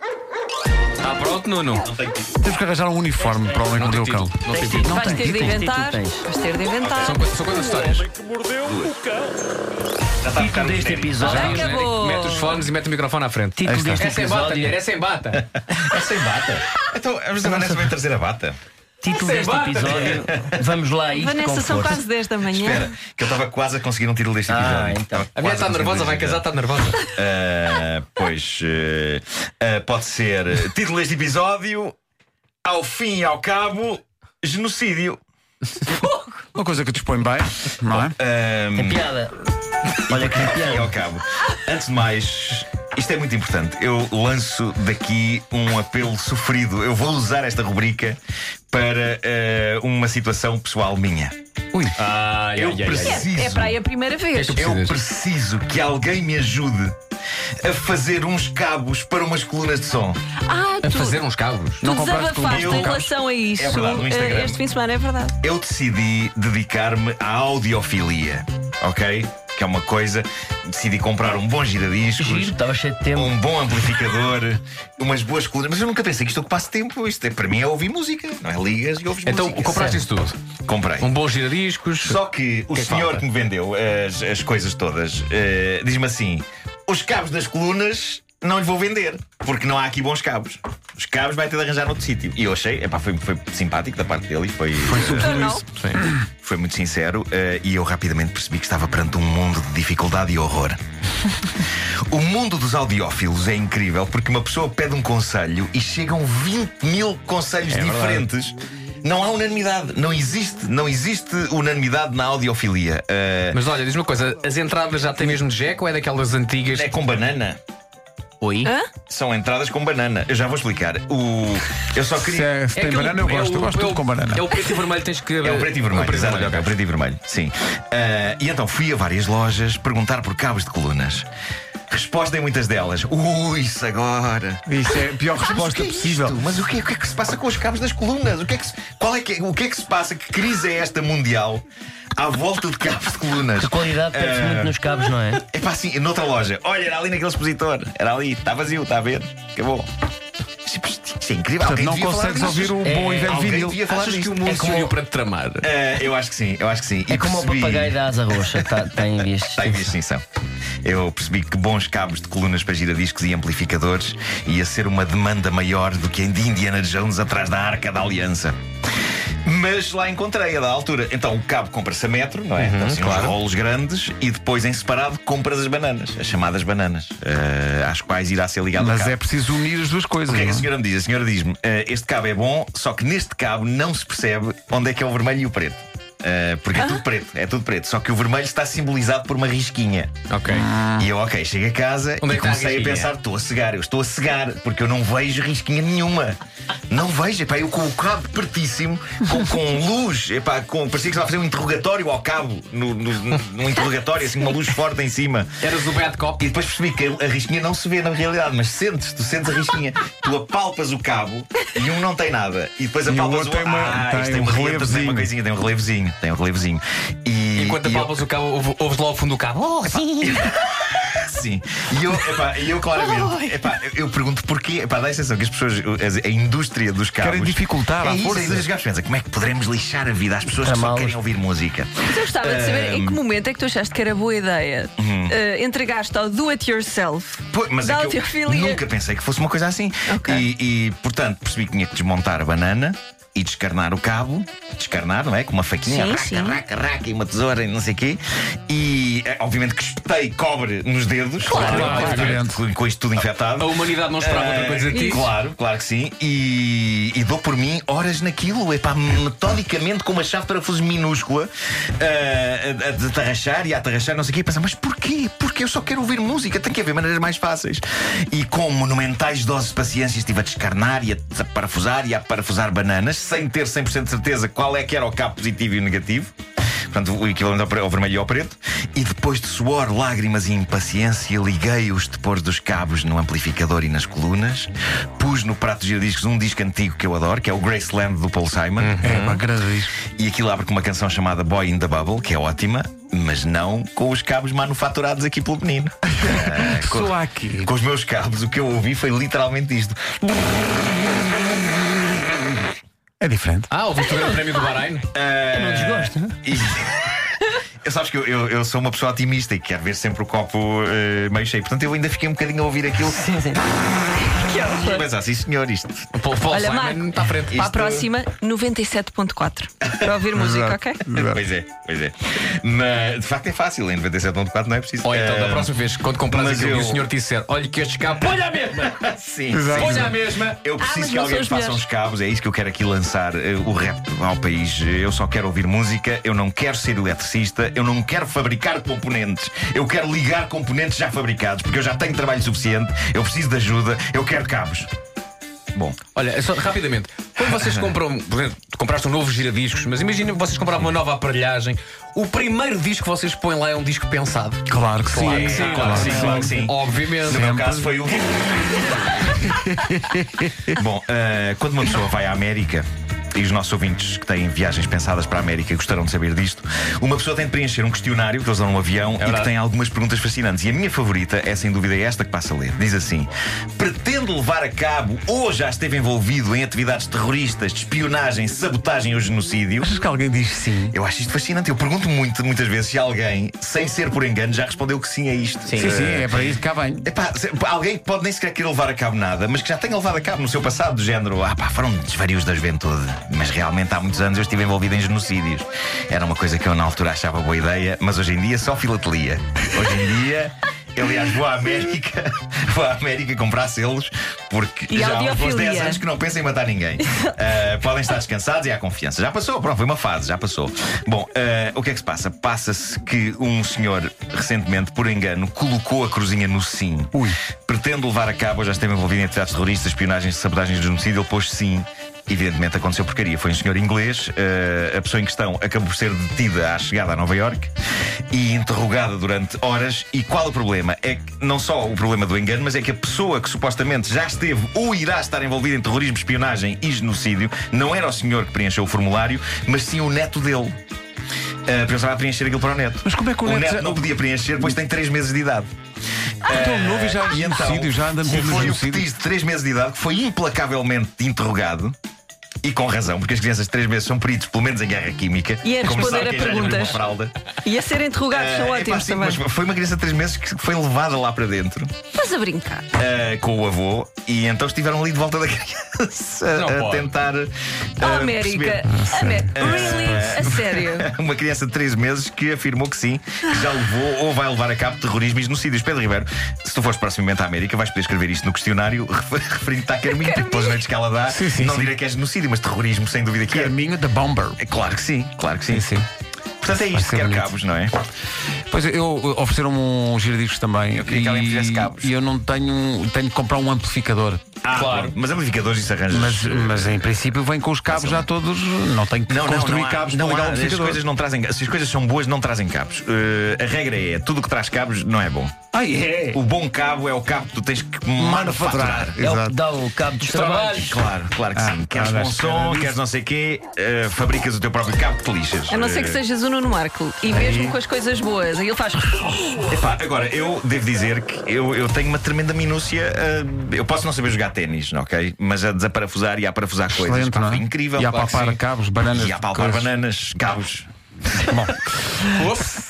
Está Ah, pronto, Nuno? Temos que arranjar um uniforme para o homem que Não tem mordeu o cão. título. Não tem título. Vais tem ter de título. inventar. Vais ter de inventar. São, co- são coisas histórias. Título deste episódio. Já. Acabou. Mete os fones e mete o microfone à frente. Título está. deste Essa é bata, mulher, episódio. essa é bata. Essa é bata. Então, a Vanessa vai trazer a bata. Essa Título é deste bata. episódio. Vamos lá a isto com Vanessa, são força. quase 10 da Espera, manhã. que eu estava quase a conseguir um título deste Ah, episódio. então. Estava A mulher quase está conseguir nervosa, um vai casar, título. está nervosa. Ah, pois. eh, ah, pode ser. eh, Título deste episódio: Ao fim e ao cabo, genocídio. Uma coisa que dispõe bem, não é? Ahm, É piada. Olha que é E piada. ao cabo. Antes de mais, isto é muito importante. Eu lanço daqui um apelo sofrido. Eu vou usar esta rubrica para eh, uma situação pessoal minha. Ah, Ai, Eu preciso. É, é para aí a primeira vez. Queres- Eu Precisas. preciso que alguém me ajude a fazer uns cabos para umas colunas de som. Ah, A tu, fazer uns cabos. tu compraste com- desabafaste eu- em relação a isso É verdade, no Instagram. eh, este fim de semana, é verdade. Eu decidi dedicar-me à audiofilia, ok? Que é uma coisa. Decidi comprar um bom giradiscos. Giro, estava cheio de tempo. Um bom amplificador, umas boas colunas. Mas eu nunca pensei que isto ocupasse tempo. Isto é, para mim é ouvir música, não é? Ligas e ouves Então, música. compraste isso tudo. isso? Comprei. Um bom giradiscos. Só que o Que é que senhor falta? que me vendeu as, as coisas todas eh, diz-me assim: os cabos das colunas não lhe vou vender, porque não há aqui bons cabos. Os cabos vai ter de arranjar noutro sítio. E eu achei, epá, foi, foi simpático da parte dele e foi, eh, Ou Então, não? Sim. foi muito sincero. eh, e eu rapidamente percebi que estava perante um mundo de dificuldade e horror. O mundo dos audiófilos é incrível porque uma pessoa pede um conselho e chegam 20 mil conselhos diferentes. Não há unanimidade, não existe, não existe unanimidade na audiofilia. Ah, Mas olha, diz uma coisa: as entradas já têm mesmo de jack ou é daquelas antigas? é com banana. Oi. Hã? São entradas com banana. Eu já vou explicar. O... Eu só Se, queria. é, se tem aquele- banana, eu é gosto. o- Eu gosto é o- tudo com banana. É o preto e vermelho que tens que. É o preto e É vermelho. o preto e exatamente, vermelho, é o ok. preto e vermelho, sim. Ah, e então fui a várias lojas perguntar por cabos de colunas. Resposta em muitas delas. Ui, isso agora. Isso é a pior Mas o resposta que é isto? possível. Mas o que, é, o que é que se passa com os cabos das colunas? O que é que se, qual é que, é- o que é que se passa? Que crise é esta mundial à volta de cabos de colunas? A qualidade perde-se muito nos cabos, não é? É pá, assim, noutra loja. Olha, era ali naquele expositor. Era ali, está vazio, está a ver? Acabou. Isto, isto é incrível. Portanto, Alguém não devia falar consegues disto. É, ouvir o bom e velho Alguém vinil. devia falar Achas que disto. o mundo É se como- uniu para te tramar? Eh, eu acho que sim, eu acho que sim. É como o papagaio da asa roxa. Tá- Está em vias. de Está em extinção. via de extinção. Eu percebi que bons cabos de colunas para giradiscos e amplificadores ia ser uma demanda maior do que a de Indiana Jones atrás da Arca da Aliança. Mas lá encontrei a da altura. Então o cabo compra-se a metro, não é? Uhum, então, assim, uns rolos grandes e depois em separado compras as bananas, as chamadas bananas, eh, às quais irá ser ligado o Mas cabo. é preciso unir as duas coisas. O que é que a não é? senhora me diz? A senhora diz-me: "Eh, este cabo é bom, só que neste cabo não se percebe onde é que é o vermelho e o preto. Eh, porque Ah. é tudo preto, é tudo preto. Só que o vermelho está simbolizado por uma risquinha. Ok. E eu, ok, chego a casa Onde é e que está a comecei a, risquinha? pensar: estou a cegar, eu estou a cegar, porque eu não vejo risquinha nenhuma. Não vejo, epá, eu com o cabo pertíssimo, com, com luz, epá, com, parecia que estava a fazer um interrogatório ao cabo, no, no, no- num interrogatório, assim, uma luz forte em cima. Eras o bad cop. E depois percebi que a risquinha não se vê na realidade, mas sentes, tu sentes a risquinha. tu apalpas o cabo e um não tem nada. E depois E o apalpas outro tem uma- ah, tem isto tem um uma relevo, tem relevozinho. uma coisinha, tem um relevozinho, tem um relevozinho. E, Enquanto e eu- apalpas o cabo, ouve- ouves lá ao fundo do cabo. Oh, sim. Sim. E eu, epá, e eu claramente, epá, eu- eu pergunto porquê, epá, dá a sensação que as pessoas, as- a indústria dos cabos. Querem dificultar é à isso, força. a indústria dos cabos pensa, como é que poderemos lixar a vida às pessoas que só Tramá-los. querem ouvir música? Mas eu gostava de saber Ehm. em que momento é que tu achaste que era boa ideia eh, entregaste ao do it yourself. Uhum. Pois, mas da é que eu audiofilia. nunca pensei que fosse uma coisa assim. Ok. E, e, portanto percebi que tinha que desmontar a banana e descarnar o cabo, descarnar, não é? Com uma faquinha, Sim, raca, sim. raca, raca, e uma tesoura e não sei o quê. E eh, obviamente que espetei cobre nos dedos, Claro, claro. Com, com isto tudo infectado. A humanidade não esperava outra coisa de Eh, ti. Claro, claro que sim. E, e dou por mim horas naquilo, epá, metodicamente com uma chave de parafuso minúscula eh, a, a detarrachar e a atarrachar, não sei o quê. E pensar, mas porquê? Porque eu só quero ouvir música, tem que haver maneiras mais fáceis. E com monumentais doses de paciência estive a descarnar e a desaparafusar e a parafusar bananas, sem ter 100% de certeza qual é que era o cabo positivo e o negativo. portanto, o equivalente ao pre- ao vermelho e ao preto. E depois de suor, lágrimas e impaciência, liguei os depores dos cabos no amplificador e nas colunas. Pus no prato de giradiscos um disco antigo que eu adoro, que é o Graceland do Paul Simon. É, pá, agradeço. E aquilo abre com uma canção chamada Boy in the Bubble, que é ótima, mas não com os cabos manufaturados aqui pelo menino. Ah, com- Só aqui. com os meus cabos, o que eu ouvi foi literalmente isto. É diferente. Ah, ouviste o grande prémio do Bahrein? Eu não desgosto. não? E... Eu sabes que eu, eu, eu sou uma pessoa otimista e quero ver sempre o copo eh, meio cheio. Portanto, eu ainda fiquei um bocadinho a ouvir aquilo. Sim, sim. Que horror. Mas ah, sim senhor, isto. O Paul Paul Olha, Simon Marco. está à frente. Para a Isto- próxima, 97.4. Para ouvir música, ok? Pois é, pois é. Mas de facto é fácil, em 97.4 não é preciso. Ou então, da Eh, próxima vez, quando compras mas aquilo e eu- o senhor te disser, olha que este cabo, olha a mesma! Sim, Exato. sim. Olha é. a mesma! Eu preciso Ah, mas que não alguém são me os faça melhores. uns cabos, é isso que eu quero aqui lançar eh, o rap ao país. Eu só quero ouvir música, eu não quero ser eletricista, eu não quero fabricar componentes, eu quero ligar componentes já fabricados, porque eu já tenho trabalho suficiente, eu preciso de ajuda, eu quero cabos. Bom, Olha, só rapidamente, quando vocês compram, por exemplo, tu compraste um novo giradiscos, mas imagina que vocês compravam uma nova aparelhagem, o primeiro disco que vocês põem lá é um disco pensado. Claro que Claro sim. que sim, claro claro que que sim, sim. claro que sim. Obviamente. no meu caso foi o. Bom, eh, quando uma pessoa vai à América. E os nossos ouvintes que têm viagens pensadas para a América gostarão de saber disto. Uma pessoa tem de preencher um questionário que eles dão no avião e que É verdade. tem algumas perguntas fascinantes. E a minha favorita é sem dúvida esta que passa a ler. Diz assim: pretende levar a cabo ou já esteve envolvido em atividades terroristas, de espionagem, sabotagem ou genocídio? Achas que alguém diz sim? Eu acho isto fascinante. Eu pergunto muito, muitas vezes, se alguém, sem ser por engano, já respondeu que sim a isto. Sim, sim, é para isso que cá vem. Epá, se- pá, alguém que pode nem sequer querer levar a cabo nada, mas que já tenha levado a cabo no seu passado, do género, ah pá, foram desvarios da juventude. Mas realmente há muitos anos eu estive envolvido em genocídios. Era uma coisa que eu na altura achava boa ideia, mas hoje em dia só filatelia. Hoje em dia, eu aliás vou à América, vou à América comprar selos, porque E já há uns audiofilia. 10 anos que não penso em matar ninguém. Ah, podem estar descansados e há confiança. Já passou, pronto, foi uma fase, já passou. Bom, ah, o que é que se passa? Passa-se que um senhor, recentemente, por engano, colocou a cruzinha no sim. Ui. Pretendo levar a cabo, ou já esteve envolvido em atividades terroristas, espionagens, sabotagens de genocídio, ele pôs sim. Evidentemente aconteceu porcaria. Foi um senhor inglês, ah, a pessoa em questão acabou por ser detida à chegada a Nova York e interrogada durante horas. E qual o problema? É que não só o problema do engano, mas é que a pessoa que supostamente já esteve ou irá estar envolvida em terrorismo, espionagem e genocídio não era o senhor que preencheu o formulário, mas sim o neto dele. Ah, pensava preencher aquilo para o neto. Mas como é que o neto já- não podia preencher, pois tem 3 meses de idade. Estou um novo e já É. E então, genocídio, já andamos foi no o genocídio. petis de 3 meses de idade que foi implacavelmente interrogado. E com razão, porque as crianças de 3 meses são peritos, pelo menos em guerra química. E a Como se sabe, responder a quem já lhe abriu perguntas. Uma fralda. E a ser interrogados são Ah, epá, ótimos sim, também. mas foi uma criança de 3 meses que foi levada lá para dentro Estás a brincar. ah, com o avô e então estiveram ali de volta da criança Não a pode. tentar. Oh, ah, América. perceber. América. Eh, Really? A sério. Uma criança de 3 meses que afirmou que sim, que já levou ou vai levar a cabo terrorismo e genocídios. Pedro Ribeiro, se tu fores proximamente à América, vais poder escrever isto no questionário, refer- referindo-te à Carminho, porque pelas noites que ela dá, Sim, sim, não sim. direi que é genocídio, mas terrorismo sem dúvida que é. Carminho da Bomber. É Claro que sim, claro que sim. sim. Portanto, é Vai isto, ser quero bonito. cabos, não é? Pois eu eu- ofereceram-me um giradiscos também. Eu queria que e, alguém me fizesse cabos. E eu não tenho. Tenho de comprar um amplificador. Ah, Claro. bom, Mas amplificadores isso arranjas. Mas, mas em princípio vem com os cabos já todos. Não tenho que Não, não, construir não há- cabos não para ligar há, o as amplificador. coisas não trazem Se as coisas são boas, não trazem cabos. Eh, a regra é: tudo o que traz cabos não é bom. Ah, é! O bom cabo é o cabo que tu tens que manufaturar. Manufaturar. É o Exato. que dá o cabo dos trabalhos. Claro, claro que Ah, sim. Queres olha, bom som, cara, queres não sei o quê, eh, fabricas o teu próprio cabo que te lixas. A não ser que Eh, sejas o Nuno Marco. E mesmo com as coisas boas, aí ele faz. epá, agora, eu devo dizer que eu, eu tenho uma tremenda minúcia. eh, eu posso não saber jogar ténis, ok? Mas a desaparafusar e a parafusar coisas. Excelente, pá, não é? foi incrível. E a claro que palpar sim. cabos, bananas. E a palpar coisas. bananas, cabos. Bom, Ups.